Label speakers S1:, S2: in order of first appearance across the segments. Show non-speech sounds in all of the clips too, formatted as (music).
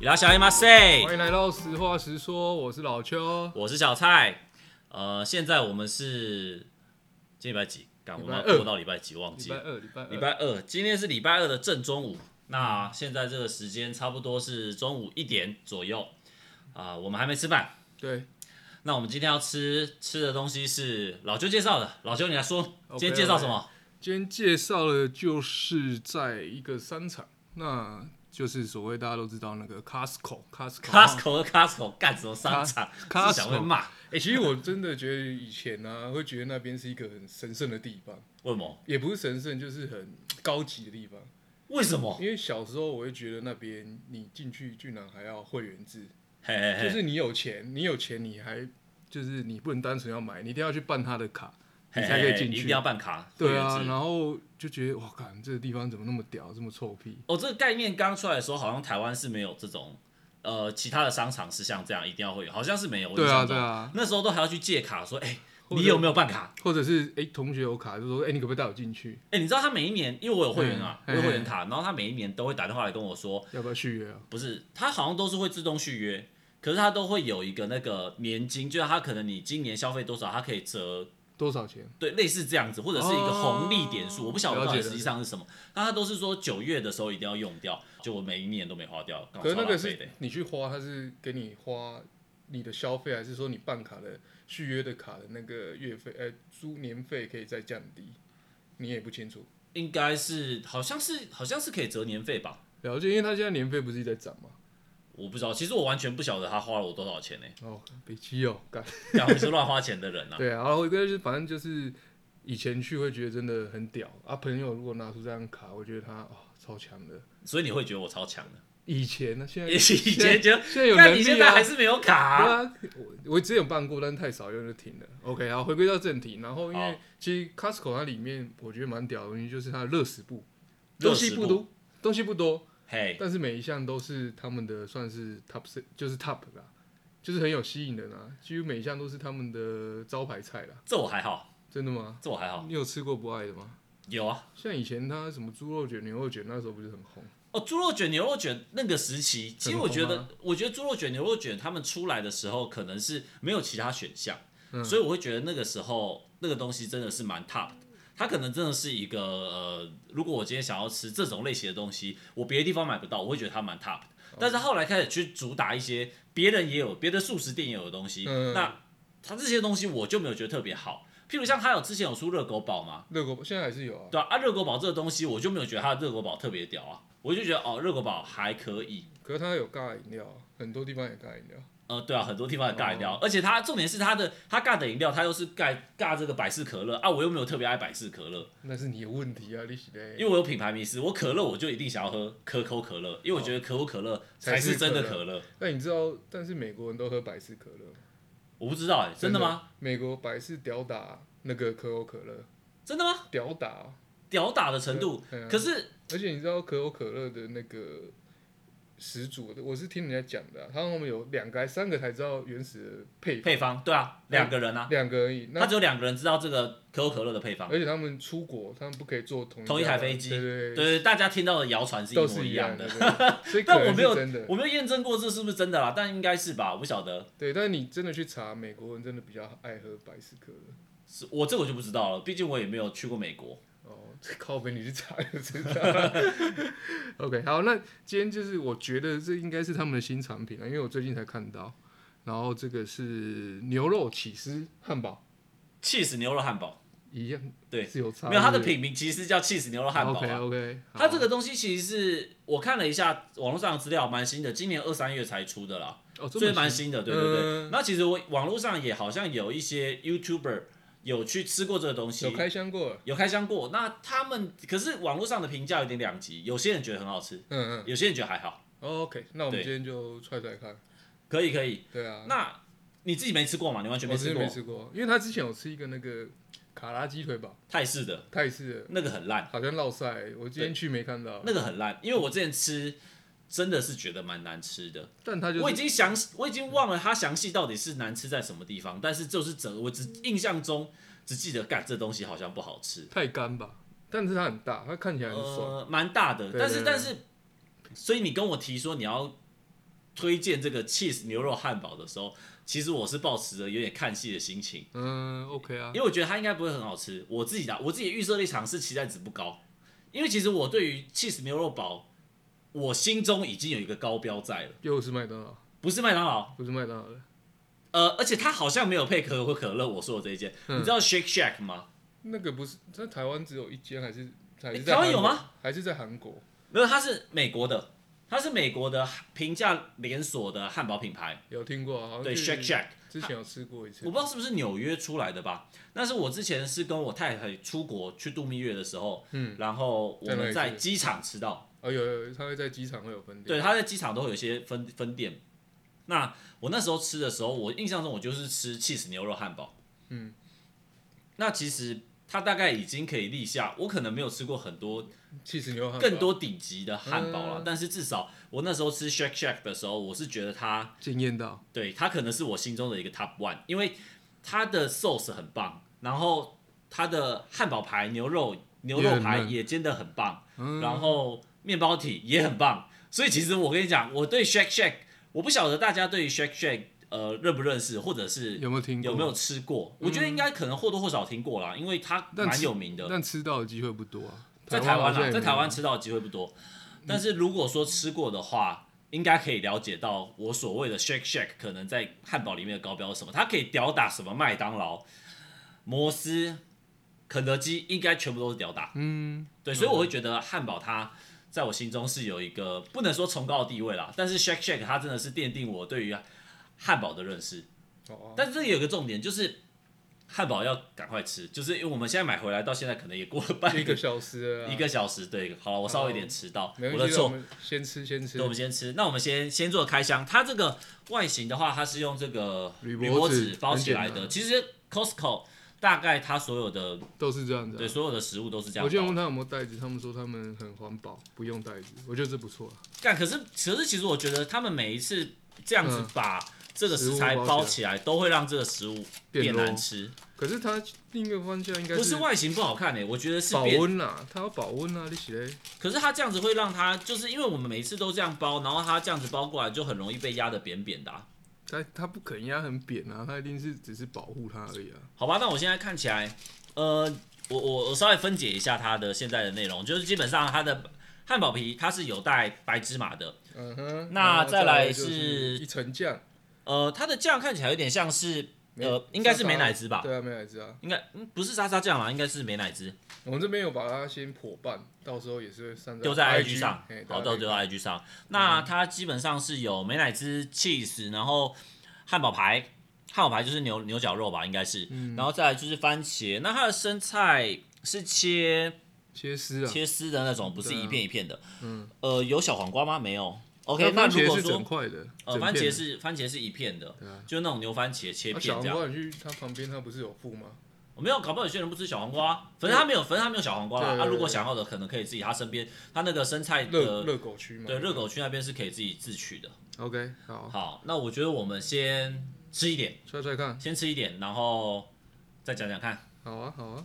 S1: 聊小姨妈 say，
S2: 欢迎来到实话实说，我是老邱。
S1: 我是小蔡。呃，现在我们是今天礼拜几？刚我
S2: 礼拜
S1: 们
S2: 二
S1: 过到礼拜几忘
S2: 礼
S1: 记
S2: 拜
S1: 了。
S2: 二，礼拜二，
S1: 礼拜二，今天是礼拜二的正中午。那现在这个时间差不多是中午一点左右啊、我们还没吃饭。
S2: 对，
S1: 那我们今天要吃吃的东西是老舅介绍的，老舅你来说，今
S2: OK，
S1: 天介绍什么？
S2: 今天介绍的就是在一个商场，那就是所谓大家都知道那个 Costco，Costco，Costco。
S1: Costco 和 Costco 干什么商场？
S2: Costco
S1: 是想被骂？
S2: 哎、其实我真的觉得以前啊，会觉得那边是一个很神圣的地方，
S1: 为什么？
S2: 也不是神圣，就是很高级的地方。
S1: 为什么？
S2: 因为小时候我会觉得那边你进去居然还要会员制，
S1: 嘿嘿嘿，
S2: 就是你有钱，你有钱你还就是你不能单纯要买，你一定要去办他的卡，你
S1: 嘿
S2: 才可
S1: 嘿
S2: 以
S1: 嘿
S2: 进
S1: 一
S2: 去。
S1: 定要办卡。
S2: 对
S1: 会
S2: 啊，
S1: 员制
S2: 然后就觉得哇，看这个地方怎么那么屌，这么臭屁？
S1: 哦，这个概念刚出来的时候，好像台湾是没有这种，呃，其他的商场是像这样一定要会有，好像是没有。我
S2: 对啊，
S1: 印象中
S2: 对，啊，
S1: 那时候都还要去借卡，说，哎、
S2: 或者
S1: 你有没有办卡？
S2: 或者是哎、同学有卡就说哎、你可不可以带我进去？
S1: 哎、你知道他每一年，因为我有会员啊，
S2: 嗯
S1: 我有会员卡，然后他每一年都会打电话来跟我说，
S2: 要不要续约啊？
S1: 不是，他好像都是会自动续约，可是他都会有一个那个年金，就是他可能你今年消费多少，他可以折
S2: 多少钱？
S1: 对，类似这样子，或者是一个红利点数，
S2: 哦
S1: 我不晓得到
S2: 了
S1: 底
S2: 解
S1: 实际上是什么。那他都是说九月的时候一定要用掉，就我每一年都没花掉，搞
S2: 可
S1: 哦
S2: 是
S1: 超
S2: 那个
S1: 浪费的欸
S2: 是你去花，他是给你花你的消费，还是说你办卡的续约的卡的那个月费？呃，租年费可以再降低？你也不清楚。
S1: 应该是好像是好像是可以折年费吧，
S2: 了解，因为他现在年费不是一直在涨吗？
S1: 我不知道，其实我完全不晓得他花了我多少钱呢、
S2: 哦，北七哦，干。
S1: 然后是乱花钱的人啊。 (laughs)
S2: 对啊，然后一个就是反正就是以前去会觉得真的很屌啊，朋友如果拿出这张卡，我觉得他哦超强的。
S1: 所以你会觉得我超强的，
S2: (laughs) 以前呢，现在
S1: 以
S2: 现
S1: 前
S2: 在
S1: 觉得，
S2: 现在有
S1: 但
S2: 能
S1: 你现
S2: 力
S1: 在
S2: 啊。
S1: 还是没有卡、
S2: (laughs) 对啊，我我之前有办过，但太少用就停了。OK，好，回归到正题。然后因为
S1: 好
S2: 其实 Costco 它里面我觉得蛮屌的东西，就是它的热食部，
S1: 热
S2: 东
S1: 食
S2: 西
S1: 部
S2: 不多，东西不多，
S1: 嘿，
S2: 但是每一项都是他们的算是 top，se- 就是 top 啦，就是很有吸引人啊。几乎每一项都是他们的招牌菜啦。
S1: 这我还好，
S2: 真的吗？
S1: 这我还好，
S2: 你有吃过不爱的吗？
S1: 有啊。
S2: 像以前他什么猪肉卷、牛肉卷，那时候不是很红？
S1: 哦，猪肉卷、牛肉卷那个时期，其实我觉
S2: 很
S1: 得
S2: 红，
S1: 我觉得猪肉卷、牛肉卷他们出来的时候，可能是没有其他选项，
S2: 嗯
S1: 所以我会觉得那个时候那个东西真的是蛮 top 的。它可能真的是一个呃，如果我今天想要吃这种类型的东西，我别的地方买不到，我会觉得它蛮 top 的。但是
S2: 哦
S1: 后来开始去主打一些别人也有、别的素食店也有的东西，
S2: 嗯
S1: 那它这些东西我就没有觉得特别好。譬如像它有之前有出热狗堡嘛，
S2: 热狗现在还是有啊，
S1: 对啊，啊热狗堡这个东西我就没有觉得它的热狗堡特别屌啊，我就觉得哦热狗堡还可以，
S2: 可是它有尬饮料啊，很多地方也尬饮料。
S1: 呃，对啊，很多地方的尬饮料，而且它重点是它的它尬的饮料，它又是尬尬这个百事可乐啊，我又没有特别爱百事可乐，
S2: 那是你的问题啊，你是嘞
S1: 因为我有品牌迷失，我可乐我就一定想要喝可口可乐，因为我觉得可口可乐哦才是真的可乐。
S2: 那你知道，但是美国人都喝百事可乐吗，
S1: 我不知道哎、真的吗？？
S2: 美国百事屌打那个可口可乐，
S1: 真的吗？
S2: 屌打。
S1: 屌打的程度，
S2: 对啊
S1: 可是
S2: 而且你知道可口可乐的那个始祖，我是听人家讲的啊、他们有两个还三个才知道原始的配
S1: 配方对啊，两个人啊，
S2: 两个而已。那
S1: 他只有两个人知道这个可口可乐的配方，
S2: 而且他们出国，他们不可以坐同
S1: 啊同一
S2: 一
S1: 台飞机
S2: 对
S1: 对
S2: 对
S1: 对，大家听到的谣传是一
S2: 都
S1: 模
S2: 是
S1: 一
S2: 样
S1: 样的。
S2: 对所以
S1: 但
S2: 可能
S1: 我没
S2: 是
S1: 有
S2: 真的
S1: 我没有验证过这是不是真的啦，但应该是吧，我不晓得，
S2: 对，但是你真的去查，美国人真的比较爱喝百事可乐。
S1: 是我这我就不知道了，毕竟我也没有去过美国。
S2: 哦， (laughs) 这靠背你去查就知道。OK，好，那今天就是我觉得这应该是他们的新产品了，啊因为我最近才看到。然后这个是牛肉起司汉堡，
S1: cheese 牛肉汉堡，
S2: 一样
S1: 对
S2: 是有差，
S1: 没有它的品名其实叫 cheese 牛肉汉堡
S2: OK
S1: 啊。
S2: OK，
S1: 它这个东西其实是我看了一下网络上的资料，蛮新的，今年二三月才出的啦，
S2: 哦，
S1: 所以
S2: 这么
S1: 蛮
S2: 新
S1: 新的，对对对。
S2: 嗯
S1: 那其实我网络上也好像有一些 YouTuber 有去吃过这个东西，
S2: 有开箱过了，
S1: 有开箱过。那他们可是网络上的评价有点两极，有些人觉得很好吃，
S2: 嗯嗯
S1: 有些人觉得还好。
S2: 哦，OK，那我们
S1: 对
S2: 今天就踹踹看，
S1: 可以可以，
S2: 对啊，
S1: 那你自己没吃过嘛？你完全
S2: 我
S1: 没
S2: 之
S1: 吃
S2: 前
S1: 过
S2: 没吃过，因为他之前有吃一个那个卡拉鸡腿堡，
S1: 泰式的
S2: 泰式的，
S1: 那个很烂。
S2: 好像烙赛，我今天去没看到，
S1: 那个很烂，因为我之前吃真的是觉得蛮难吃的。
S2: 但他就
S1: 我
S2: 是
S1: 已经详细，我已经忘了它详细到底是难吃在什么地方，但是就是整我只印象中只记得，干这东西好像不好吃，呃
S2: 太干吧，但是它很大，它看起来很爽。
S1: 呃，蛮大的，
S2: 对
S1: 但是
S2: 对对
S1: 但是，所以你跟我提说你要推荐这个 cheese 牛肉汉堡的时候，其实我是抱持着有点看戏的心情，
S2: 嗯，OK 啊
S1: 因，为我觉得它应该不会很好吃。我自己的我自己预设立场是期待值不高，因为其实我对于 cheese 牛肉堡，我心中已经有一个高标在了，
S2: 又是麦当劳，
S1: 不是麦当劳，
S2: 不是麦当劳的，
S1: 呃，而且它好像没有配可口可乐。我说的这一件，你知道 Shake Shack 吗？
S2: 那个不是在台湾只有一间，还是还是
S1: 诶
S2: 在
S1: 哎台湾有
S2: 韩国
S1: 吗？
S2: 还是在韩国？
S1: 没有，它是美国的，它是美国的平价连锁的汉堡品牌，
S2: 有听过啊？好像
S1: 哦对
S2: 是
S1: Shake Shack。
S2: 之前有吃过一次
S1: 我，不知道是不是纽约出来的吧？但是我之前是跟我太太出国去度蜜月的时候，嗯，然后我
S2: 在哪
S1: 们
S2: 里
S1: 在
S2: 吃
S1: 机场吃到，
S2: 哦，有有，有，他会在机场会有分店。
S1: 对，他在机场都会有一些分分店。那我那时候吃的时候，我印象中我就是吃 cheese 牛肉汉堡，
S2: 嗯，
S1: 那其实它大概已经可以立下，我可能没有吃过很多
S2: 气死牛汉堡
S1: 更多顶级的汉堡了，
S2: 嗯
S1: 但是至少我那时候吃 Shake Shack 的时候，我是觉得它
S2: 惊艳到，
S1: 对它可能是我心中的一个 top one，因为它的 sauce 很棒，然后它的汉堡排牛肉牛
S2: 也
S1: 肉
S2: 很
S1: 排
S2: 嫩
S1: 也煎得很棒，
S2: 嗯
S1: 然后面包体也很棒，所以其实我跟你讲，我对 Shake Shack，我不晓得大家对于 Shake Shack 呃认不认识，或者是
S2: 有没有听过？嗯
S1: 有没有？吃过？我觉得应该可能或多或少听过啦，因为它
S2: 但
S1: 蛮
S2: 吃
S1: 有名的。
S2: 但吃到的机会不多啊，
S1: 在台湾
S2: 好像
S1: 啦，
S2: 也
S1: 在
S2: 没
S1: 台
S2: 有
S1: 湾吃到的机会不多，
S2: 嗯
S1: 但是如果说吃过的话，应该可以了解到我所谓的 Shake Shack 可能在汉堡里面的高标是什么，它可以吊打什么麦当劳、摩斯、肯德基，应该全部都是吊打。
S2: 嗯，
S1: 对，所以我会觉得汉堡它在我心中是有一个不能说崇高的地位啦，但是 Shake Shack 它真的是奠定我对于汉堡的认识。
S2: 哦
S1: 但是这里有一个重点就是。汉堡要赶快吃，就是因为我们现在买回来到现在可能也过了半
S2: 一个小时了啊
S1: 一个小时，对，好了，我稍微有点迟到，
S2: 哦没
S1: 我
S2: 关
S1: 的
S2: 系那我
S1: 错。
S2: 们先吃先吃
S1: 对，我们先吃。那我们先先做开箱，它这个外形的话，它是用这个
S2: 铝箔
S1: 箔
S2: 纸
S1: 纸包起来
S2: 很简
S1: 的。
S2: 单
S1: 其实 Costco 大概它所有的
S2: 都是这样子
S1: 对
S2: 啊。
S1: 所有的食物都是这
S2: 我
S1: 样
S2: 记得
S1: 包。
S2: 问他有没有袋子，他们说他们很环保，不用袋子，我觉得这不错啊。
S1: 但可是可是其实我觉得他们每一次这样子
S2: 嗯
S1: 把这个
S2: 食
S1: 食
S2: 物
S1: 材
S2: 包
S1: 包
S2: 起
S1: 起来，都会让这个食物
S2: 变
S1: 变难
S2: low
S1: 吃。
S2: 可是它另一个方向应该
S1: 不是外形不好看诶、欸我觉得是
S2: 保
S1: 变
S2: 温啦，它要保温啊，你起来
S1: 可是它这样子会让它，就是因为我们每一次都这样包，然后它这样子包过来就很容易被压得扁扁的啊、
S2: 它它不肯压很扁啊，它一定是只是保护它而已啊。
S1: 好吧，那我现在看起来，呃，我我我稍微分解一下它的现在的内容，就是基本上它的汉堡皮它是有带白芝麻的，
S2: 嗯哼，
S1: 那
S2: 然后
S1: 再
S2: 再
S1: 来
S2: 就是一层酱，
S1: 呃，它的酱看起来有点像是，呃，应该是美乃滋吧，
S2: 对啊，美乃滋啊。
S1: 应该、嗯、不是沙沙酱啦，应该是美乃滋，
S2: 我们这边有把它先破半，到时候也是会上
S1: 丢在 IG 上
S2: 嘿，
S1: 好，
S2: 大家
S1: 到
S2: 可以
S1: 丢到 IG 上。嗯那它基本上是有美乃滋、cheese，然后汉堡排，汉堡排就是牛牛角肉吧，应该是，然后再来就是番茄，那它的生菜是切。
S2: 切丝啊。
S1: 切丝的那种，不是
S2: 对啊
S1: 一片一片的。
S2: 嗯，
S1: 呃，有小黄瓜吗？没有。OK，
S2: 那
S1: 那
S2: 番
S1: 如
S2: 茄
S1: 果
S2: 是整
S1: 说
S2: 块的，
S1: 呃，
S2: 整
S1: 番
S2: 片
S1: 茄
S2: 的
S1: 是番茄是一片的
S2: 啊，
S1: 就那种牛番茄切
S2: 啊
S1: 片这
S2: 小黄
S1: 样。
S2: 瓜，你去它旁边，它不是有附吗？
S1: 我没有，搞不好有些人不吃小黄瓜，反正他没有，反正他没有小黄瓜啦。
S2: 对
S1: 他
S2: 对
S1: 如果
S2: 对
S1: 想要的，可能可以自己他身边他那个生菜
S2: 热
S1: 的
S2: 热狗区嘛。
S1: 呃对热。狗区那边是可以自己自取的。
S2: OK，好，
S1: 好，那我觉得我们先吃一点，
S2: 踹踹看。
S1: 先吃一点，然后再讲讲看。
S2: 好啊，好啊。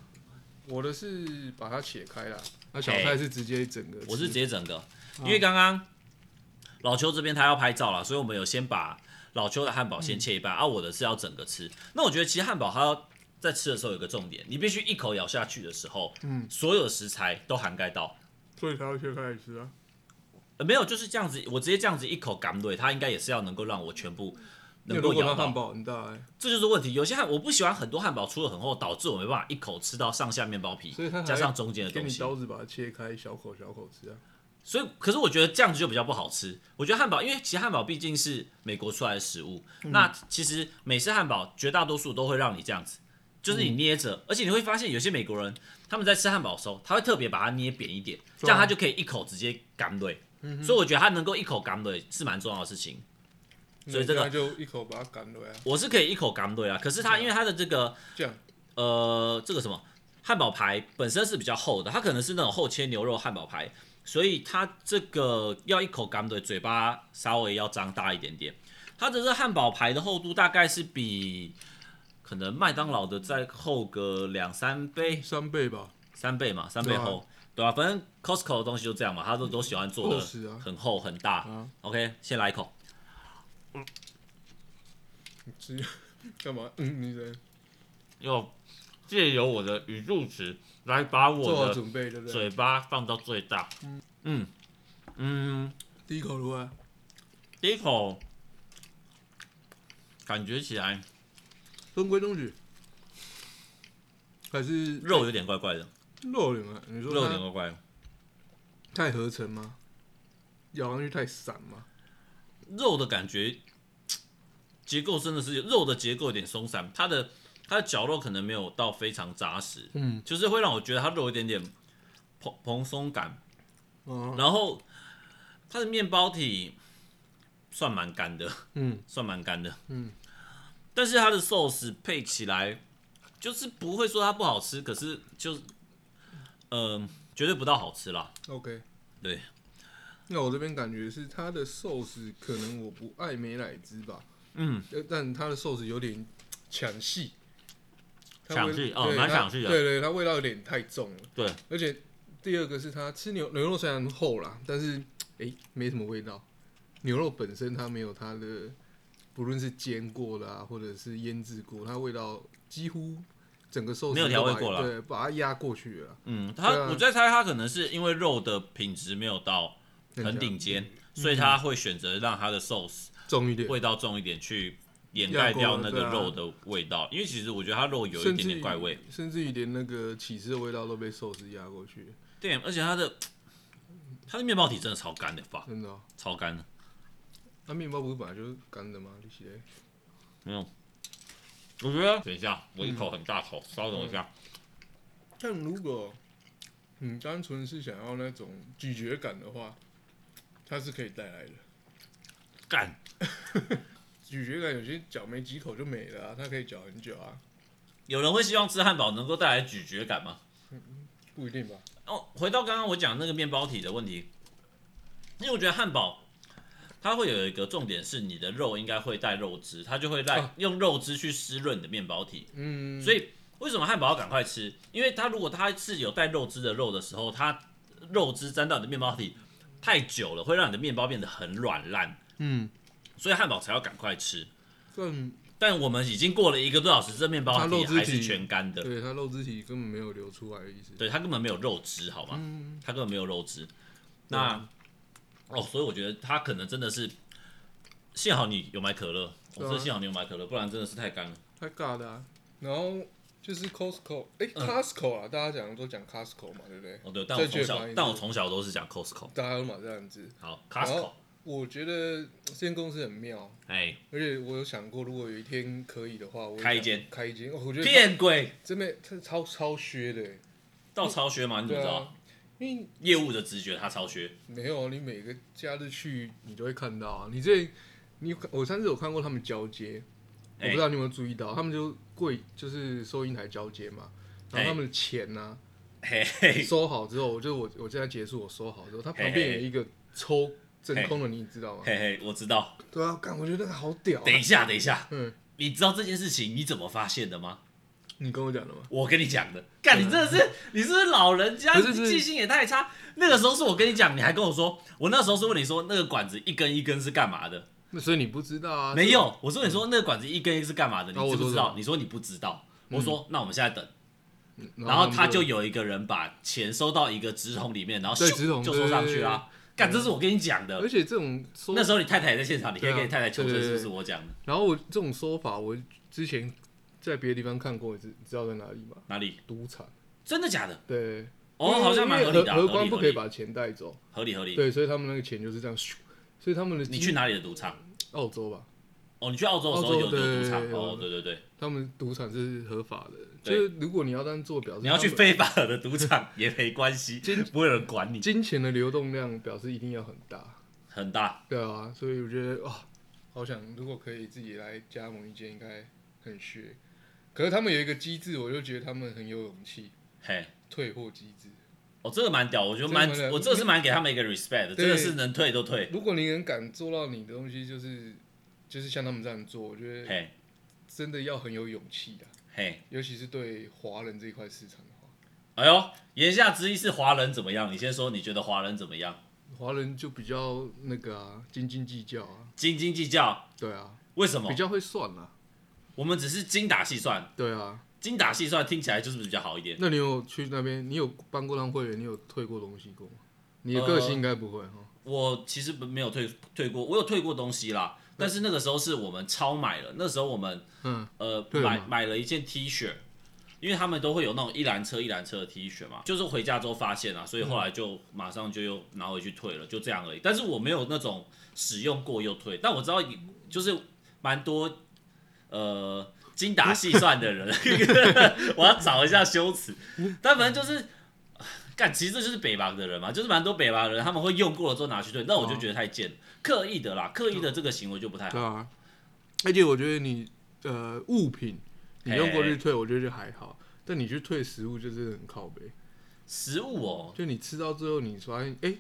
S2: 我的是把它切开了，那小菜是直接一整个吃。
S1: 我是直接整个，因为刚刚老邱这边他要拍照了，所以我们有先把老邱的汉堡
S2: 嗯
S1: 先切一半，而、啊、我的是要整个吃。那我觉得其实汉堡它要在吃的时候有一个重点，你必须一口咬下去的时候，
S2: 嗯，
S1: 所有的食材都涵盖到。
S2: 所以才要切开来吃啊。
S1: 呃没有，就是这样子，我直接这样子一口干对，它应该也是要能够让我全部
S2: 那
S1: 能
S2: 如
S1: 够
S2: 果
S1: 咬
S2: 它汉
S1: 到。
S2: 堡很大哎，
S1: 这就是问题，有些汉我不喜欢很多汉堡出的很厚，导致我没办法一口吃到上下面包皮
S2: 所以它，还
S1: 加上中间的
S2: 给
S1: 东
S2: 你
S1: 西。
S2: 刀子把它切开，小口小口吃啊。
S1: 所以，可是我觉得这样子就比较不好吃。我觉得汉堡，因为其实汉堡毕竟是美国出来的食物，那其实美式汉堡绝大多数都会让你这样子，就是你捏着，而且你会发现有些美国人他们在吃汉堡的时候，他会特别把它捏扁一点，这样他就可以一口直接干对。所以我觉得他能够一口干对是蛮重要的事情。所以这个
S2: 那就一口把它赶了呀。
S1: 我是可以一口干对啊，可是他因为他的这个
S2: 酱
S1: 呃，这个什么汉堡排本身是比较厚的，它可能是那种厚切牛肉汉堡排，所以它这个要一口干的，嘴巴稍微要张大一点点。它的这汉堡排的厚度大概是比可能麦当劳的再厚个两三倍，
S2: 三倍吧，
S1: 三倍嘛，三倍厚，对吧、啊反正 Costco 的东西就这样嘛，他都都喜欢做
S2: 厚
S1: 的
S2: 实啊。
S1: 很厚很大。
S2: 啊
S1: OK，先来一口，
S2: 你吃 (laughs) 干嘛？嗯，你在
S1: 要借由我的语助词来把
S2: 做
S1: 我
S2: 好
S1: 的
S2: 准备，对不对？
S1: 嘴巴放到最大。嗯嗯，
S2: 第一口如何？啊
S1: 第一口感觉起来
S2: 中规中矩，还是
S1: 肉有点怪怪的，
S2: 肉有吗？你
S1: 肉有
S2: 说
S1: 点怪
S2: 它
S1: 怪的，
S2: 太合成吗？咬上去太散吗？
S1: 肉的感觉结构真的是肉的结构有点松散，它的它的绞肉可能没有到非常扎实，
S2: 嗯，
S1: 就是会让我觉得它肉有一点点蓬蓬松感，
S2: 哦，
S1: 然后它的面包体算蛮干的，
S2: 嗯，
S1: 算蛮干的，
S2: 嗯，
S1: 但是它的寿司配起来就是不会说它不好吃，可是就是嗯、呃绝对不到好吃啦，
S2: OK，
S1: 对。
S2: 那我这边感觉是它的寿司，可能我不爱美乃滋吧，
S1: 嗯，
S2: 呃但它的寿司有点抢戏，它
S1: 抢
S2: 味
S1: 戏哦
S2: 对
S1: 蛮
S2: 它
S1: 抢戏的
S2: 对对，它味道有点太重了。
S1: 对，
S2: 而且第二个是它吃牛牛肉虽然厚啦，但是诶没什么味道，牛肉本身它没有它的，不论是煎过的啊，或者是腌制过，它味道几乎整个寿司
S1: 没有调
S2: 都
S1: 味
S2: 把
S1: 过啦
S2: 对，把它压过去了啦，
S1: 嗯，它、
S2: 对啊
S1: 我在猜它可能是因为肉的品质没有到很
S2: 像
S1: 顶尖，所以它会选择让它的寿司
S2: 重一点。
S1: 味道重一点去。掩盖掉那个
S2: 压过
S1: 肉
S2: 了
S1: 的味道，因为其实我觉得它肉有一
S2: 甚
S1: 点
S2: 至
S1: 点
S2: 于
S1: 怪味，，
S2: 甚至于连那个起司的味道都被寿司压过去，
S1: 对，而且它的它的面包体真的超干的吧，
S2: 真的哦、
S1: 超干的，
S2: 那面包不是本来就是干的吗？这些
S1: 没有。我觉得等一下，我一口很大口，稍等我一下。
S2: 但如果你嗯单纯是想要那种咀嚼感的话，它是可以带来的。
S1: 干，
S2: 咀嚼感有些嚼没几口就没了、啊，它可以嚼很久啊，
S1: 有人会希望吃汉堡能够带来咀嚼感吗？
S2: 不一定吧？
S1: 哦，回到刚刚我讲那个面包体的问题，因为我觉得汉堡它会有一个重点是你的肉应该会带肉汁，它就会带、
S2: 啊
S1: 用肉汁去湿润你的面包体，
S2: 嗯，
S1: 所以为什么汉堡要赶快吃？因为它如果它是有带肉汁的肉的时候，它肉汁沾到你的面包体太久了，会让你的面包变得很软烂，
S2: 嗯，
S1: 所以汉堡才要赶快吃。
S2: 但
S1: 但我们已经过了一个多小时，这面包
S2: 它
S1: 体
S2: 肉汁体
S1: 还是全干的，
S2: 对它肉汁体根本没有流出来的意思。
S1: 对，它根本没有肉汁，好吗？
S2: 嗯，
S1: 它根本没有肉汁。那哦，所以我觉得它可能真的是，幸好你有买可乐，我
S2: 对啊
S1: 说幸好你有买可乐，不然真的是太干了。
S2: 太尬的啊。然后就是 Costco，哎、
S1: 嗯
S2: Costco 啊，大家讲都讲 Costco 嘛，对不对？
S1: 哦，对，但我
S2: 正确
S1: 从小
S2: 反应
S1: 但
S2: 是
S1: 我从小都是讲 Costco，
S2: 大家都买这样子。
S1: 好
S2: 然后
S1: Costco，
S2: 我觉得这间公司很妙，
S1: 哎，
S2: 而且我有想过，如果有一天可以的话，我也
S1: 开一
S2: 想
S1: 间，
S2: 开一间。哦我觉得
S1: 骗鬼！
S2: 真的它超超削的，
S1: 到超学嘛？你怎么
S2: 对
S1: 知道？
S2: 啊，因为
S1: 业务的直觉，他超学。
S2: 没有你每个假日去，你都会看到啊。你这你我上次有看过他们交接，我
S1: 哎
S2: 不知道你有没有注意到，他们就柜就是收银台交接嘛，然
S1: 哎
S2: 后他们的钱呢、
S1: 嘿嘿，
S2: 收好之后，就是我我现在结束我收好之后，它旁
S1: 嘿嘿
S2: 边有一个抽真
S1: 哎
S2: 空的，你知道吗？
S1: 嘿嘿，我知道。
S2: 对啊，干我觉得那个好屌、啊
S1: 等。一下，等一下，
S2: 嗯，
S1: 你知道这件事情你怎么发现的吗？
S2: 你跟我讲的吗？
S1: 我跟你讲的，干你真的是，你是不是老人家？
S2: 啊不是
S1: 你
S2: 是
S1: 记性也太差。那个时候是我跟你讲，你还跟我说，我那时候是问你说那个管子一根一根是干嘛的？
S2: 那所以你不知道啊？
S1: 没有，我说你说那个管子一根一根是干嘛的？你
S2: 啊
S1: 知不
S2: 我说
S1: 知
S2: 什
S1: 道
S2: 么？
S1: 你说你不知道。我说那我们现在等，
S2: 嗯，
S1: 然后他
S2: 们
S1: 就有一个人把钱收到一个纸筒里面，然后
S2: 对
S1: 咻
S2: 纸筒
S1: 就收上去啦。干，这是我跟你讲的
S2: 而。且这种哎说，
S1: 那时候你太太也在现场，你可以
S2: 对啊
S1: 给你太太求证
S2: 对对
S1: 是
S2: 对
S1: 不是我讲的？
S2: 然后我这种说法，我之前在别的地方看过，你知你知道在哪里吗？
S1: 哪里？
S2: 赌场。
S1: 真的假的？
S2: 对，因
S1: 哦，
S2: 为
S1: 好像蛮合理的啊，
S2: 因为荷荷
S1: 合
S2: 官
S1: 理
S2: 不
S1: 合
S2: 可以
S1: 理
S2: 把钱带走，
S1: 合理合理。
S2: 对，所以他们那个钱就是这样咻。所以他们的
S1: 你去哪里的赌场？
S2: 澳洲吧，
S1: 哦，你去澳洲的时候
S2: 澳洲
S1: 有有赌场
S2: 对对对
S1: 哦，对对对，
S2: 他们赌场是合法的，
S1: 对
S2: 就是如果你要当做表示，
S1: 你要去
S2: 他们
S1: 非法的赌场也没关系，不会有人管你，
S2: 金钱的流动量表示一定要很大，
S1: 很大。
S2: 对啊，所以我觉得哇，好想如果可以自己来加盟一间，应该很学。可是他们有一个机制，我就觉得他们很有勇气，
S1: 嘿，
S2: 退货机制。
S1: 哦，这个蛮屌，我觉得
S2: 这
S1: 蛮
S2: 个蛮，屌
S1: 我这个是蛮给他们一个 respect 的，
S2: 对
S1: 真的是能退都退。
S2: 如果你能敢做到你的东西，就是就是像他们这样做，我觉得
S1: 嘿，
S2: 真的要很有勇气的，
S1: 嘿，
S2: 尤其是对华人这一块市场的话，
S1: 哎呦，言下之意是华人怎么样？你先说，你觉得华人怎么样？
S2: 华人就比较那个啊，斤斤计较啊，
S1: 斤斤计较，
S2: 对啊，
S1: 为什么
S2: 比？较会算啊，
S1: 我们只是精打细算，
S2: 对啊。
S1: 精打细算听起来就是比较好一点。
S2: 那你有去那边？你有办过当会员？你有退过东西过吗？你的个性应该不会哈、哦
S1: 我其实没有退退过，我有退过东西啦，但是那个时候是我们超买了，那时候我们
S2: 嗯，
S1: 呃
S2: 对
S1: 买
S2: 嘛
S1: 买了一件 T 恤，因为他们都会有那种一篮车一篮车的 T 恤嘛，就是回家之后发现啊，所以后来就马上就又拿回去退了，就这样而已。但是我没有那种使用过又退，但我知道就是蛮多呃精打细算的人，我要找一下修辞，但反正就是。干，其实这就是北盲的人嘛，就是蛮多北盲的人，他们会用过了之后拿去退，那我就觉得太贱了，刻意的啦，刻意的这个行为就不太好。
S2: 对啊。而且我觉得你呃物品你用过
S1: 嘿
S2: 去退，我觉得就还好。但你去退食物就真的很靠背，
S1: 食物哦，
S2: 就你吃到最后你发现，哎、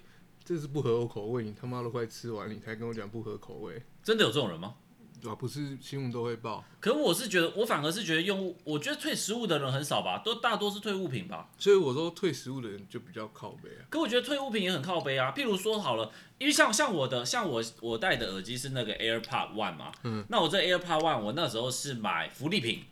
S2: 这是不合我口味，你他妈都快吃完，你才跟我讲不合口味，
S1: 真的有这种人吗？
S2: 啊，不是新闻都会报，
S1: 可我是觉得，我反而是觉得用物，我觉得退食物的人很少吧，都大多是退物品吧。
S2: 所以我说退食物的人就比较靠背啊。
S1: 可我觉得退物品也很靠背啊。譬如说好了，因为像像我的，像我我戴的耳机是那个 AirPod One 嘛，
S2: 嗯，
S1: 那我这 AirPod One 我那时候是买福利品，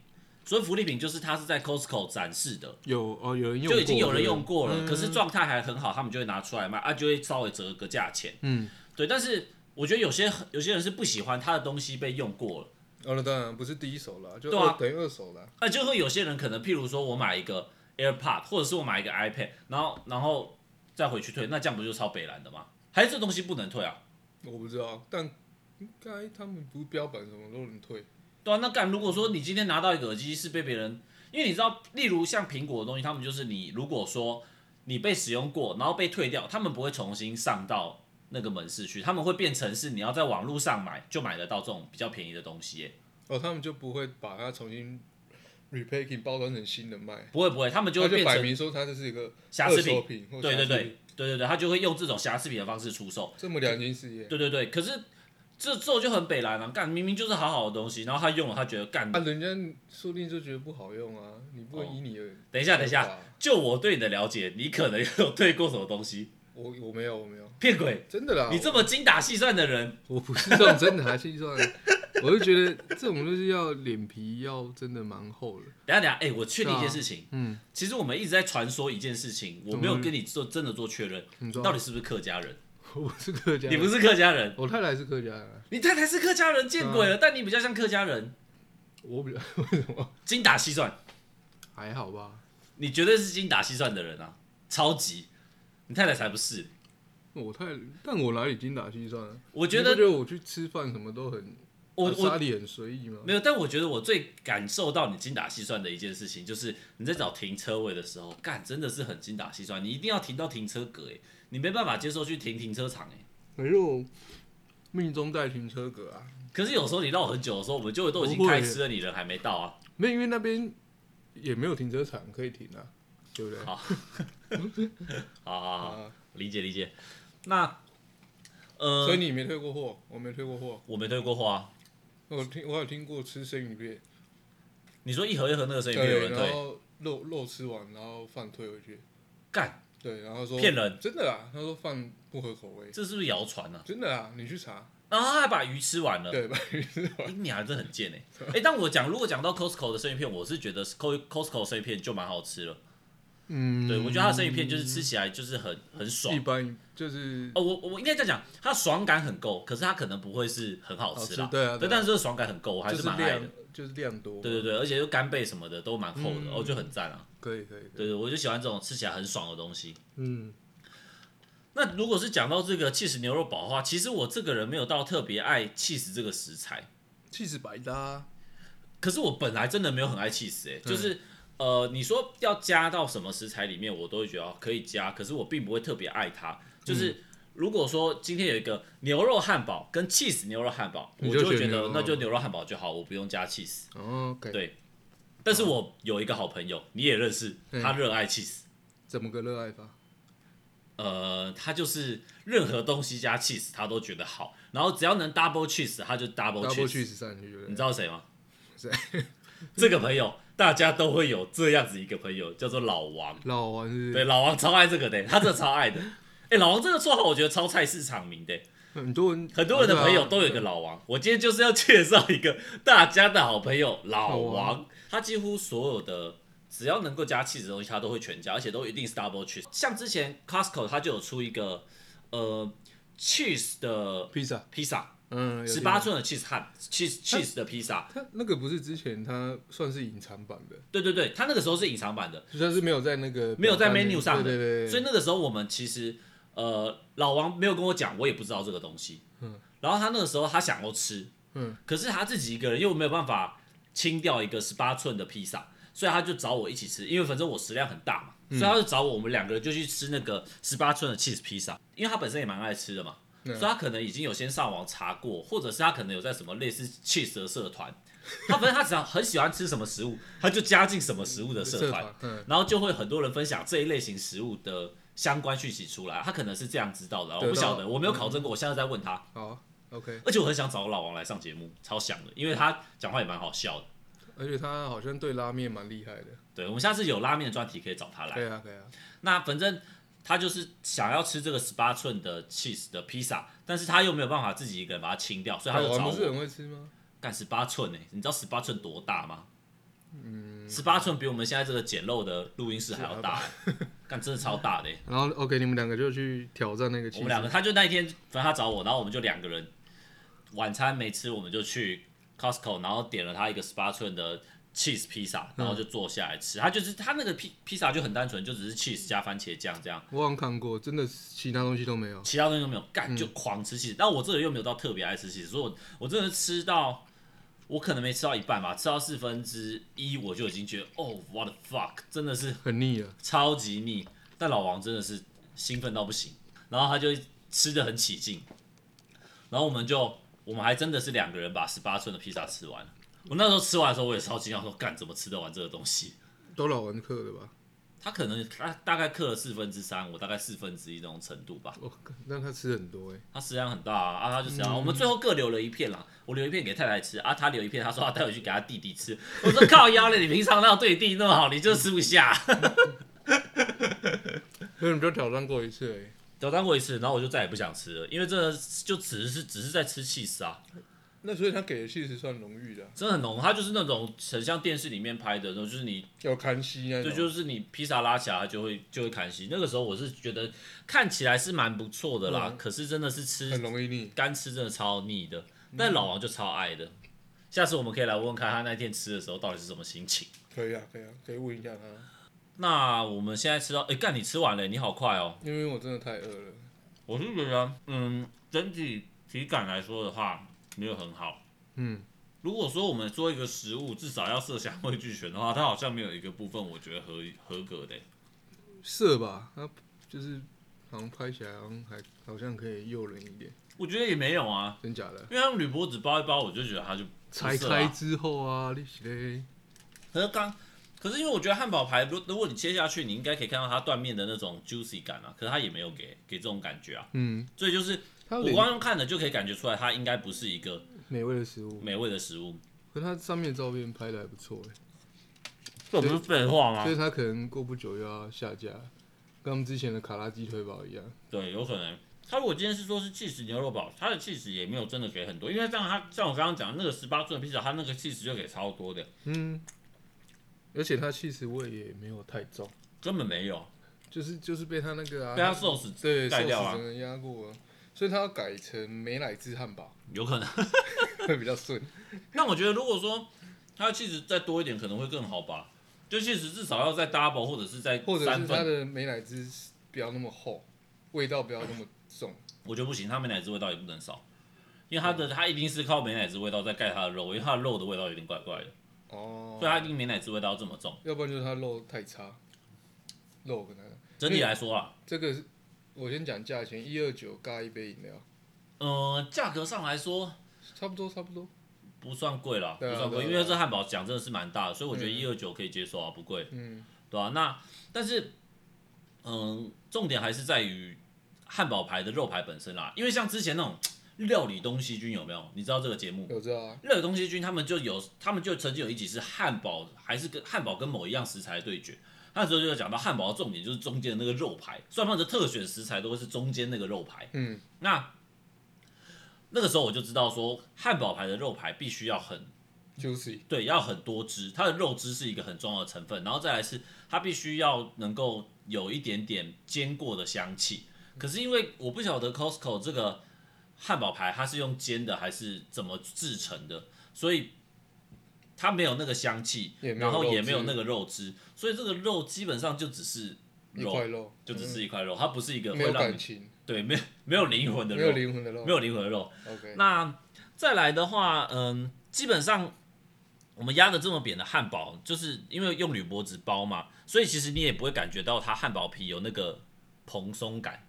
S1: 所以福利品就是它是在 Costco 展示的，
S2: 有哦，有人用
S1: 就已经有人用过了，
S2: 嗯
S1: 可是状态还很好，他们就会拿出来卖啊，就会稍微折个价钱。
S2: 嗯，
S1: 对，但是我觉得有些有些人是不喜欢他的东西被用过了。
S2: 哦，那当然不是第一手啦，就
S1: 对啊
S2: 二等于二手啦。
S1: 那就会有些人可能，譬如说我买一个 AirPod，或者是我买一个 iPad，然后然后再回去退，那这样不就超北蓝的吗？还是这东西不能退啊？
S2: 我不知道，但应该他们不是标榜什么都能退。
S1: 对啊，那干如果说你今天拿到一个耳机是被别人，因为你知道，例如像苹果的东西，他们就是你如果说你被使用过，然后被退掉，他们不会重新上到那个门市去，他们会变成是你要在网络上买就买得到这种比较便宜的东西耶、
S2: 哦，他们就不会把它重新 repacking 包装成新的卖，
S1: 不会不会，他们就会
S2: 他
S1: 变
S2: 就摆
S1: 成
S2: 明说它这是一个
S1: 瑕
S2: 二
S1: 疵品
S2: 手。品或
S1: 对
S2: 瑕
S1: 对
S2: 疵
S1: 对
S2: 品，
S1: 对对对，他就会用这种瑕疵品的方式出售。
S2: 这么良心事业。
S1: 对对对，可是这这就很北蓝啊！干明明就是好好的东西，然后他用了，他觉得干。
S2: 啊，人家说不定就觉得不好用啊，你不能以你的、
S1: 哦等一下，等一下，，就我对你的了解，你可能有退过什么东西？
S2: 我我没有我没有，
S1: 骗鬼！
S2: 真的啦，
S1: 你这么精打细算的人，
S2: 我不是这种真的还是算， (laughs) 我就觉得这种就是要脸皮要真的蛮厚的。
S1: 等一下等一下，哎、我确定一
S2: 是
S1: 件
S2: 啊
S1: 事情，
S2: 嗯，
S1: 其实我们一直在传说一件事情，我没有
S2: 嗯
S1: 跟你做真的做确认，
S2: 你
S1: 你
S2: 说啊
S1: 到底是不是客家人？
S2: 我是客家
S1: 你
S2: 人，
S1: 不是客家人，
S2: 我太太是客家人，啊
S1: 你太太是客家人，见
S2: 嗯
S1: 鬼了！但你比较像客家人，
S2: 我比较为什么
S1: 精打细算，
S2: 还好吧？
S1: 你绝对是精打细算的人啊，超级！你太太才不是，
S2: 我太，但我哪里精打细算、啊？
S1: 我觉
S2: 你不
S1: 得
S2: 觉得我去吃饭什么都很，
S1: 我我
S2: 沙里很随意吗？
S1: 没有，但我觉得我最感受到你精打细算的一件事情，就是你在找停车位的时候，干真的是很精打细算，你一定要停到停车格，哎，你没办法接受去停停车场，哎。
S2: 可是我命中带停车格啊，
S1: 可是有时候你绕很久的时候，我们就都已经
S2: 不会
S1: 开吃了，你人还没到啊。
S2: 没有因为那边也没有停车场可以停啊，对不对？
S1: 好，好好好，
S2: 啊，
S1: 理解理解。那呃
S2: 所以，你没退过货，我没退过货。
S1: 我没退过货啊。
S2: 我听我有听过吃生鱼片，
S1: 你说一盒一盒那个生鱼片有人
S2: 然
S1: 退，
S2: 后肉肉吃完，然后饭退回去，
S1: 干
S2: 对，然后说
S1: 骗人，
S2: 真的啦，他说饭不合口味，
S1: 这是不是谣传啊？
S2: 真的啦，你去查，
S1: 然后他还把鱼吃完了。
S2: 对吧？
S1: 欸你还真很贱
S2: (laughs)
S1: 哎、欸！哎、但我讲，如果讲到 Costco 的生鱼片，我是觉得 Co- Costco 生鱼片就蛮好吃了。
S2: 嗯
S1: 对，我觉得它的生鱼片就是吃起来就是很很爽
S2: 一。般就是
S1: 哦，我我应该这样讲，它爽感很够，可是它可能不会是很好吃啦。
S2: 好吃对啊对啊
S1: 但是这个爽感很够，我还
S2: 就是是
S1: 蛮爱的
S2: 量。就是量多，
S1: 对对对，而且就干贝什么的都蛮厚的，
S2: 嗯
S1: 哦，就很赞啊。
S2: 可以可以，可以
S1: 对对，我就喜欢这种吃起来很爽的东西。
S2: 嗯，
S1: 那如果是讲到这个 cheese 牛肉堡的话，其实我这个人没有到特别爱 cheese 这个食材。
S2: 气死百搭啊，
S1: 可是我本来真的没有很爱 cheese 哎、就是、呃，你说要加到什么食材里面，我都会觉得哦可以加，可是我并不会特别爱它。就是、如果说今天有一个牛肉汉堡跟 cheese 牛肉汉堡，
S2: 你
S1: 我
S2: 就
S1: 就会觉
S2: 选牛
S1: 得哦
S2: 肉
S1: 那就牛肉汉堡就好，我不用加 cheese。
S2: 哦，OK，
S1: 对但是我有一个好朋友，你也认识，
S2: 嗯
S1: 他热爱 cheese，
S2: 怎么个热爱法？
S1: 呃，他就是任何东西加 cheese 他都觉得好，然后只要能 double cheese 他就 double
S2: double
S1: cheese。
S2: cheese 上去，对不对
S1: 你知道谁吗？
S2: 谁？
S1: (laughs) 这个朋友，大家都会有这样子一个朋友，叫做老王。
S2: 老王是不是 (laughs)
S1: 对，老王超爱这个的，他真的超爱的。哎、老王这个绰号我觉得超菜市场名的，
S2: 很多人
S1: 很多人的朋友都有一
S2: 对
S1: 个
S2: 啊
S1: 老王。我今天就是要介绍一个大家的好朋友老
S2: 老
S1: 王
S2: 王，
S1: 他几乎所有的只要能够加 cheese 的东西，他都会全加，而且都一定是 double cheese。像之前 Costco 它就有出一个呃 cheese 的
S2: 披萨，
S1: 披萨，
S2: 嗯，有
S1: 十
S2: 听
S1: 八
S2: 过
S1: 寸的 cheese 汉 cheese cheese 的披萨。
S2: 他那个不是之前他算是隐藏版的，
S1: 对对对，它那个时候是隐藏版的，
S2: 就算是没有在那个
S1: 没有在
S2: 表单
S1: menu 上的
S2: 对对对，
S1: 所以那个时候我们其实呃，老王没有跟我讲，我也不知道这个东西。嗯。然后他那个时候他想要吃，
S2: 嗯，
S1: 可是他自己一个人又没有办法清掉一个十八寸的披萨，所以他就找我一起吃，因为反正我食量很大嘛，
S2: 嗯
S1: 所以他就找我，我们两个人就去吃那个十八寸的 cheese 披萨，因为他本身也蛮爱吃的嘛。
S2: 嗯
S1: 所以他可能已经有先上网查过，或者是他可能有在什么类似 cheese 的社团，他反正他只要很喜欢吃什么食物，他就加进什么食物的社
S2: (laughs)
S1: 团，
S2: 团，嗯，
S1: 然后就会很多人分享这一类型食物的相关讯息出来，他可能是这样知道的，我不晓得，我没有考证过，我现在在问他，
S2: 好，OK，
S1: 而且我很想找老王来上节目，超想的，因为他讲话也蛮好笑的。
S2: 而且他好像对拉面蛮厉害的，
S1: 对，我们下次有拉面的专题可以找他来。
S2: 对啊对啊，
S1: 那反正他就是想要吃这个十八寸的 cheese 的披萨，但是他又没有办法自己一个人把它清掉，所以他就
S2: 老
S1: 找
S2: 王不是
S1: 我
S2: 很会吃吗？
S1: 干十八寸呢、欸你知道十八寸多大吗？嗯，十八寸比我们现在这个简陋的录音室还要大、欸干真的超大的、欸。
S2: 然后 OK，你们两个就去挑战那个
S1: 我
S2: 气
S1: 们两个，他就那一天，反正他找我，然后我们就两个人晚餐没吃，我们就去 Costco，然后点了他一个十八寸的 cheese 披萨，然后就坐下来吃。他就是他那个披披萨就很单纯，就只是 cheese 加番茄酱这样，
S2: 我好像看过，真的其他东西都没有。
S1: 其他东西都没有，干就狂吃 cheese。但我这个人又没有到特别爱吃 cheese，所以我我真的吃到。我可能没吃到一半吧，吃到四分之一我就已经觉得，哦，what the fuck，真的是
S2: 很腻了，
S1: 超级腻。但老王真的是兴奋到不行，然后他就吃的很起劲，然后我们就我们还真的是两个人把十八寸的披萨吃完了。我那时候吃完的时候，我也超惊讶，说干怎么吃得完这个东西？ (laughs)
S2: 都老文克的吧？
S1: 他可能他大概克了四分之三，我大概四分之一那种程度吧。
S2: 我、哦、让他吃很多哎、
S1: 他食量很大啊，啊他就这样、我们最后各留了一片啦，我留一片给太太吃，啊他留一片，他说他带回去给他弟弟吃。我说靠腰了，你平常那对你弟弟那么好，你就吃不下。
S2: 所以你就挑战过一次哎、
S1: 挑战过一次，然后我就再也不想吃了，因为这个就只是只是在吃气死啊，
S2: 那所以他给的气实算浓郁的啊、
S1: 真的很浓。它就是那种很像电视里面拍的那种，就是你
S2: 要看戏那
S1: 对，
S2: 种。
S1: 就是你披萨拉起来它就会就会砍心。那个时候我是觉得看起来是蛮不错的啦，
S2: 嗯
S1: 可是真的是吃
S2: 很容易腻。
S1: 干吃真的超腻的，但老王就超爱的。下次我们可以来问问看他那天吃的时候到底是什么心情。
S2: 可以啊，可以啊，可以问一下他，
S1: 那我们现在吃到，哎，干你吃完了，你好快哦！
S2: 因为我真的太饿了。
S1: 我是觉得，嗯，整体体感来说的话，没有很好。
S2: 嗯，
S1: 如果说我们做一个食物，至少要色香味俱全的话，它好像没有一个部分我觉得合合格的欸。
S2: 色吧，他就是好像拍起来好像还好像可以诱人一点，
S1: 我觉得也没有啊，
S2: 真假的？
S1: 因为它用铝箔纸包一包，我就觉得它就
S2: 拆
S1: 不色
S2: 开
S1: 啊。
S2: 之后啊，你是嘞，
S1: 可是刚，可是因为我觉得汉堡排，如如果你切下去，你应该可以看到它断面的那种 juicy 感啊，可是它也没有给给这种感觉啊。
S2: 嗯，
S1: 所以就是
S2: 它有
S1: 我
S2: 点
S1: 光用看的就可以感觉出来，它应该不是一个
S2: 美味的食物，
S1: 美味的食物。
S2: 可是它上面的照片拍的还不错哎、
S1: 这不是废话吗
S2: 所？以它可能过不久又要下架，跟我们之前的卡拉鸡腿堡一样。
S1: 对，有可能。他如果今天是说是 cheese 牛肉堡，他的 cheese 也没有真的给很多，因为像他像我刚刚讲的那个十八寸的披萨，他那个 cheese 就给超多的，
S2: 嗯，而且它气实味也没有太重，
S1: 根本没有
S2: 啊就是就是被它那个啊，
S1: 被他 sauce
S2: 对
S1: 盖掉啊
S2: 寿司整个压过啊，所以它要改成美乃滋汉堡
S1: 有可能。
S2: (laughs) 会比较顺。
S1: 那我觉得如果说他的 cheese 再多一点，可能会更好吧。就 cheese 至少要在 double 或者是在
S2: 或者
S1: 三
S2: 是它
S1: 份，
S2: 的美乃滋不要那么厚，味道不要那么重。
S1: 我觉得不行，他美乃滋味道也不能少，因为他的他一定是靠美乃滋味道在盖他的肉，因为他的肉的味道有点怪怪的，
S2: 哦
S1: 所以，他一定美乃滋味道这么重。
S2: 要不然就是它肉太差，肉可能
S1: 整体来说啊啦，
S2: 这个是我先讲价钱，一二九加一杯饮料，
S1: 嗯，价格上来说，
S2: 差不多差不多。
S1: 不算贵啦，不
S2: 对啊
S1: 算贵，
S2: 对啊
S1: 因为这汉堡讲真的是蛮大的，所以我觉得
S2: 嗯
S1: 一二九可以接受啊，不贵，
S2: 嗯，
S1: 对吧、那但是，嗯，重点还是在于汉堡排的肉排本身啦，因为像之前那种料理东西君有没有？你知道这个节目？
S2: 有这啊，
S1: 料理东西君他们就有，他们就曾经有一集是汉堡还是跟汉堡跟某一样食材对决，那时候就有讲到汉堡的重点就是中间的那个肉排，算盘的特选食材都会是中间那个肉排。
S2: 嗯，
S1: 那那个时候我就知道说，汉堡排的肉排必须要很
S2: ，juicy，
S1: 对，要很多汁，它的肉汁是一个很重要的成分，然后再来是它必须要能够有一点点煎过的香气。可是因为我不晓得 Costco 这个汉堡排它是用煎的还是怎么制成的，所以它没有那个香气，
S2: 也没有
S1: 然后
S2: 肉
S1: 也没有
S2: 汁
S1: 那个肉汁，所以这个肉基本上就只是
S2: 一
S1: 肉，
S2: 块肉，
S1: 就只是一块肉，它不是一个
S2: 嗯没有
S1: 会让
S2: 感
S1: 你
S2: 情，
S1: 对没有没有灵魂的
S2: 没
S1: 肉
S2: 有，灵魂的肉
S1: 没有灵魂的肉。
S2: ，OK，
S1: 那再来的话，嗯，基本上我们压的这么扁的汉堡，就是因为用铝箔纸包嘛，所以其实你也不会感觉到它汉堡皮有那个蓬松感。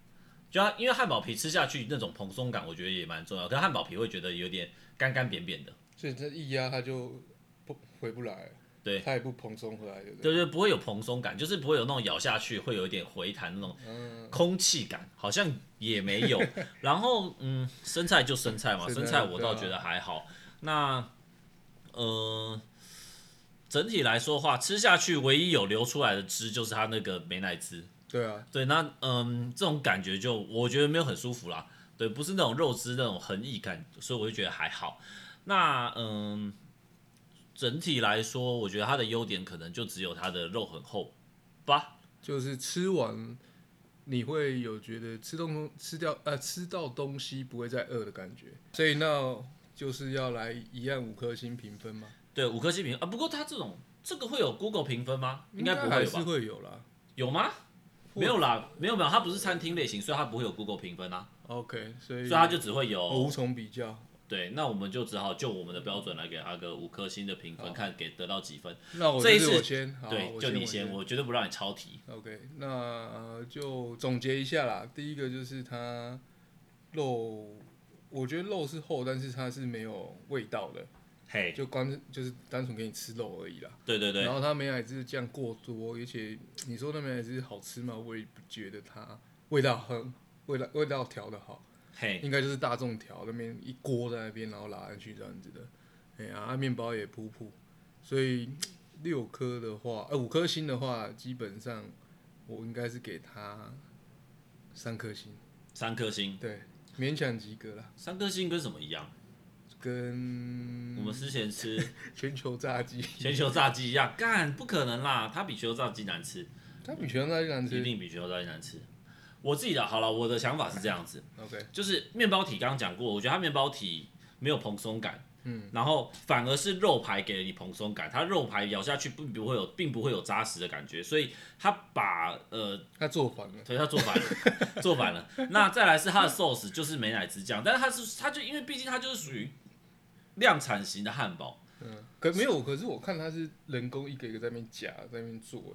S1: 就它因为汉堡皮吃下去那种蓬松感，我觉得也蛮重要。可是汉堡皮会觉得有点干干扁扁的，
S2: 所以这一压它就不回不来了，
S1: 对
S2: 它也不蓬松回来，对不对？
S1: 对对，不会有蓬松感，就是不会有那种咬下去会有一点回弹那种
S2: 嗯，
S1: 空气感，好像也没
S2: (laughs)
S1: 有。然后嗯，生菜就生菜嘛，
S2: 生菜
S1: 生菜我倒
S2: 对啊
S1: 觉得还好。那呃，整体来说的话，吃下去唯一有流出来的汁就是它那个美乃滋。
S2: 对啊，
S1: 对，那嗯，这种感觉就我觉得没有很舒服啦。对，不是那种肉汁那种横溢感，所以我就觉得还好。那嗯，整体来说，我觉得它的优点可能就只有它的肉很厚吧。
S2: 就是吃完你会有觉得吃东吃掉呃吃到东西不会再饿的感觉，所以那就是要来一样五颗星评分吗？
S1: 对，五颗星评啊。不过它这种这个会有 Google 评分吗？应该不会
S2: 还
S1: 有
S2: 是
S1: 吧？
S2: 会有啦。
S1: 有吗？没有啦，没有没有，它不是餐厅类型，所以它不会有 Google 评分啊，
S2: OK，所以
S1: 所以它就只会
S2: 我无
S1: 有
S2: 从比较。
S1: 对。那我们就只好就我们的标准来给它个五颗星的评分，看给得到几分。
S2: 那我
S1: 这一
S2: 就是
S1: 次
S2: 我先，好
S1: 对，
S2: 我
S1: 就你
S2: 先，
S1: 先，我绝对不让你超题。
S2: OK，那、呃就总结一下啦。第一个就是它肉，我觉得肉是厚，但是它是没有味道的，
S1: 嘿，
S2: 就光是就是单纯给你吃肉而已啦。
S1: 对对对
S2: 然，后它美乃滋酱过多，而且你说那美乃滋好吃吗？我也不觉得它味道很味道味道调的好，
S1: 嘿，
S2: 应该就是大众调那边一锅在那边，然后拉上去这样子的。哎呀，啊面包也噗噗，所以六颗的话，呃五颗星的话，基本上我应该是给它三颗星，
S1: 三颗星，
S2: 对，勉强及格啦。
S1: 三颗星跟什么一样？
S2: 跟
S1: 我们之前吃
S2: 全球炸鸡，
S1: 全球炸鸡一样， (laughs) 干不可能啦，它比全球炸鸡难吃，
S2: 它比全球炸鸡难
S1: 一
S2: 吃。
S1: 定比全球炸鸡难吃。我自己的好了，我的想法是这样子，
S2: OK，
S1: 就是面包体刚刚讲过，我觉得它面包体没有蓬松感，嗯，然后反而是肉排给了你蓬松感，它肉排咬下去并不会有，并不会有扎实的感觉，所以它把呃，
S2: 它做反了。
S1: 对，它做反了，做反了。那再来是它的 sauce 就是美乃滋酱，但是它是它就因为毕竟它就是属于量产型的汉堡，
S2: 嗯，可没有，可是我看它是人工一个一个在那边夹，在那边做，欸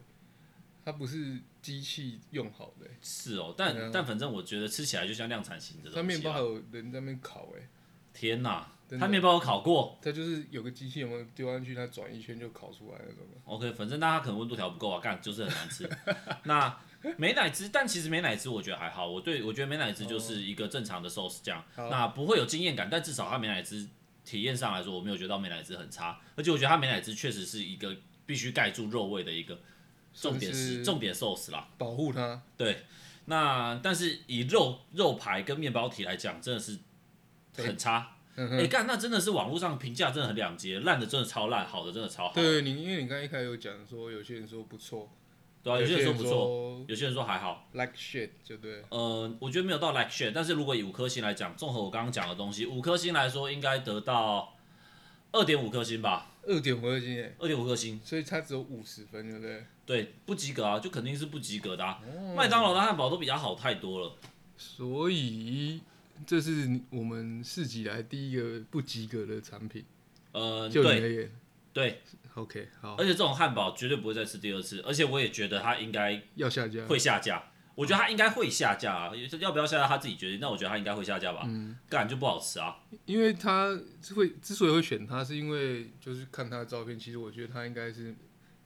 S2: 它不是机器用好的、欸
S1: 是哦，但、
S2: 嗯
S1: 但反正我觉得吃起来就像量产型的
S2: 它
S1: 东
S2: 面
S1: 西
S2: 包还
S1: 啊。
S2: 有人在那边烤、欸，
S1: 天哪，
S2: 真的
S1: 它面包有烤过
S2: 它就是有个机器有没有丢上去，它转一圈就烤出来那种。
S1: ，OK，反正那它可能温度调不够啊，干就是很难 (laughs) 吃。那美乃滋，但其实美乃滋我觉得还好，我对我觉得美乃滋就是一个正常的 sauce 酱，
S2: 好
S1: 那不会有惊艳感，但至少它美乃滋体验上来说，我没有觉得到美乃滋很差，而且我觉得它美乃滋确实是一个必须盖住肉味的一个重点
S2: 算
S1: 是
S2: 是
S1: 重点 sauce 啦。
S2: 保护它，
S1: 对，那但是以肉肉排跟面包体来讲，真的是很差。
S2: 嗯
S1: 哎、
S2: 哼，
S1: 干、那真的是网络上评价真的很两极，烂的真的超烂，好的真的超好。
S2: 对你，因为你刚才一开始有讲说，有些人说不错，
S1: 对啊，有些人说不错，
S2: 说
S1: 有些人说还好。
S2: like shit，就对，
S1: 呃，我觉得没有到 like share，但是如果以五颗星来讲，综合我刚刚讲的东西，五颗星来说应该得到二点五颗星吧，
S2: 二点五颗星哎，
S1: 二点五颗星，
S2: 所以它只有五十分，对不对？
S1: 对，不及格啊，就肯定是不及格的、啊。麦当劳的汉堡都比它好太多了，
S2: 所以这是我们市集来第一个不及格的产品，
S1: 呃，
S2: 就你
S1: 对
S2: 而言
S1: 对，
S2: ，OK，好
S1: 而，且这种汉堡绝对不会再吃第二次，而且我也觉得它应该
S2: 要下架。
S1: 会下架，我觉得它应该会下架啊，要不要下架他自己决定，但我觉得它应该会下架吧，干就不好吃啊，
S2: 因为他会之所以会选他，是因为就是看他的照片，其实我觉得他应该是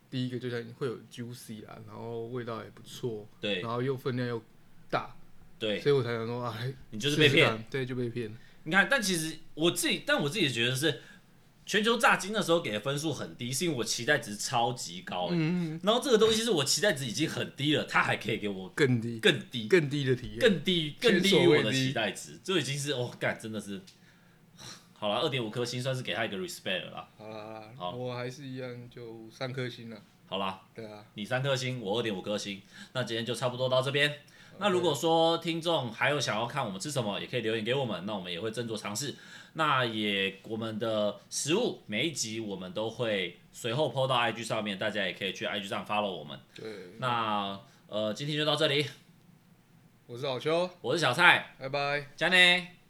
S2: 第一个，就像会有 juicy 啦，然后味道也不错，
S1: 对
S2: 然后又分量又大，
S1: 对，
S2: 所以我才想说啊，
S1: 你就是被
S2: 试试
S1: 骗。
S2: 看，对，就被骗。
S1: 你看，但其实我自己，但我自己觉得是，全球炸鸡那时候给的分数很低，是因为我期待值超级高、欸
S2: 嗯，
S1: 然后这个东西是我期待值已经很低了，它还可以给我
S2: 更低
S1: 更低、
S2: 更低的体验，
S1: 更低、更低
S2: 前所
S1: 于
S2: 未
S1: 我的
S2: 低
S1: 期待值，这已经是哦，干真的是，好了，二点五颗星算是给他一个 respect 了啦。
S2: 好啦，
S1: 好
S2: 我还是一样就三颗星了。
S1: 好啦，
S2: 对啊，
S1: 你三颗星，我二点五颗星，那今天就差不多到这边。那如果说听众还有想要看我们吃什么，也可以留言给我们，那我们也会斟酌尝试。那也我们的食物每一集我们都会随后 PO 到 IG 上面，大家也可以去 IG 上 follow 我们。
S2: 对，
S1: 那呃，今天就到这里，
S2: 我是老邱，
S1: 我是小蔡，
S2: 拜拜。
S1: 加内。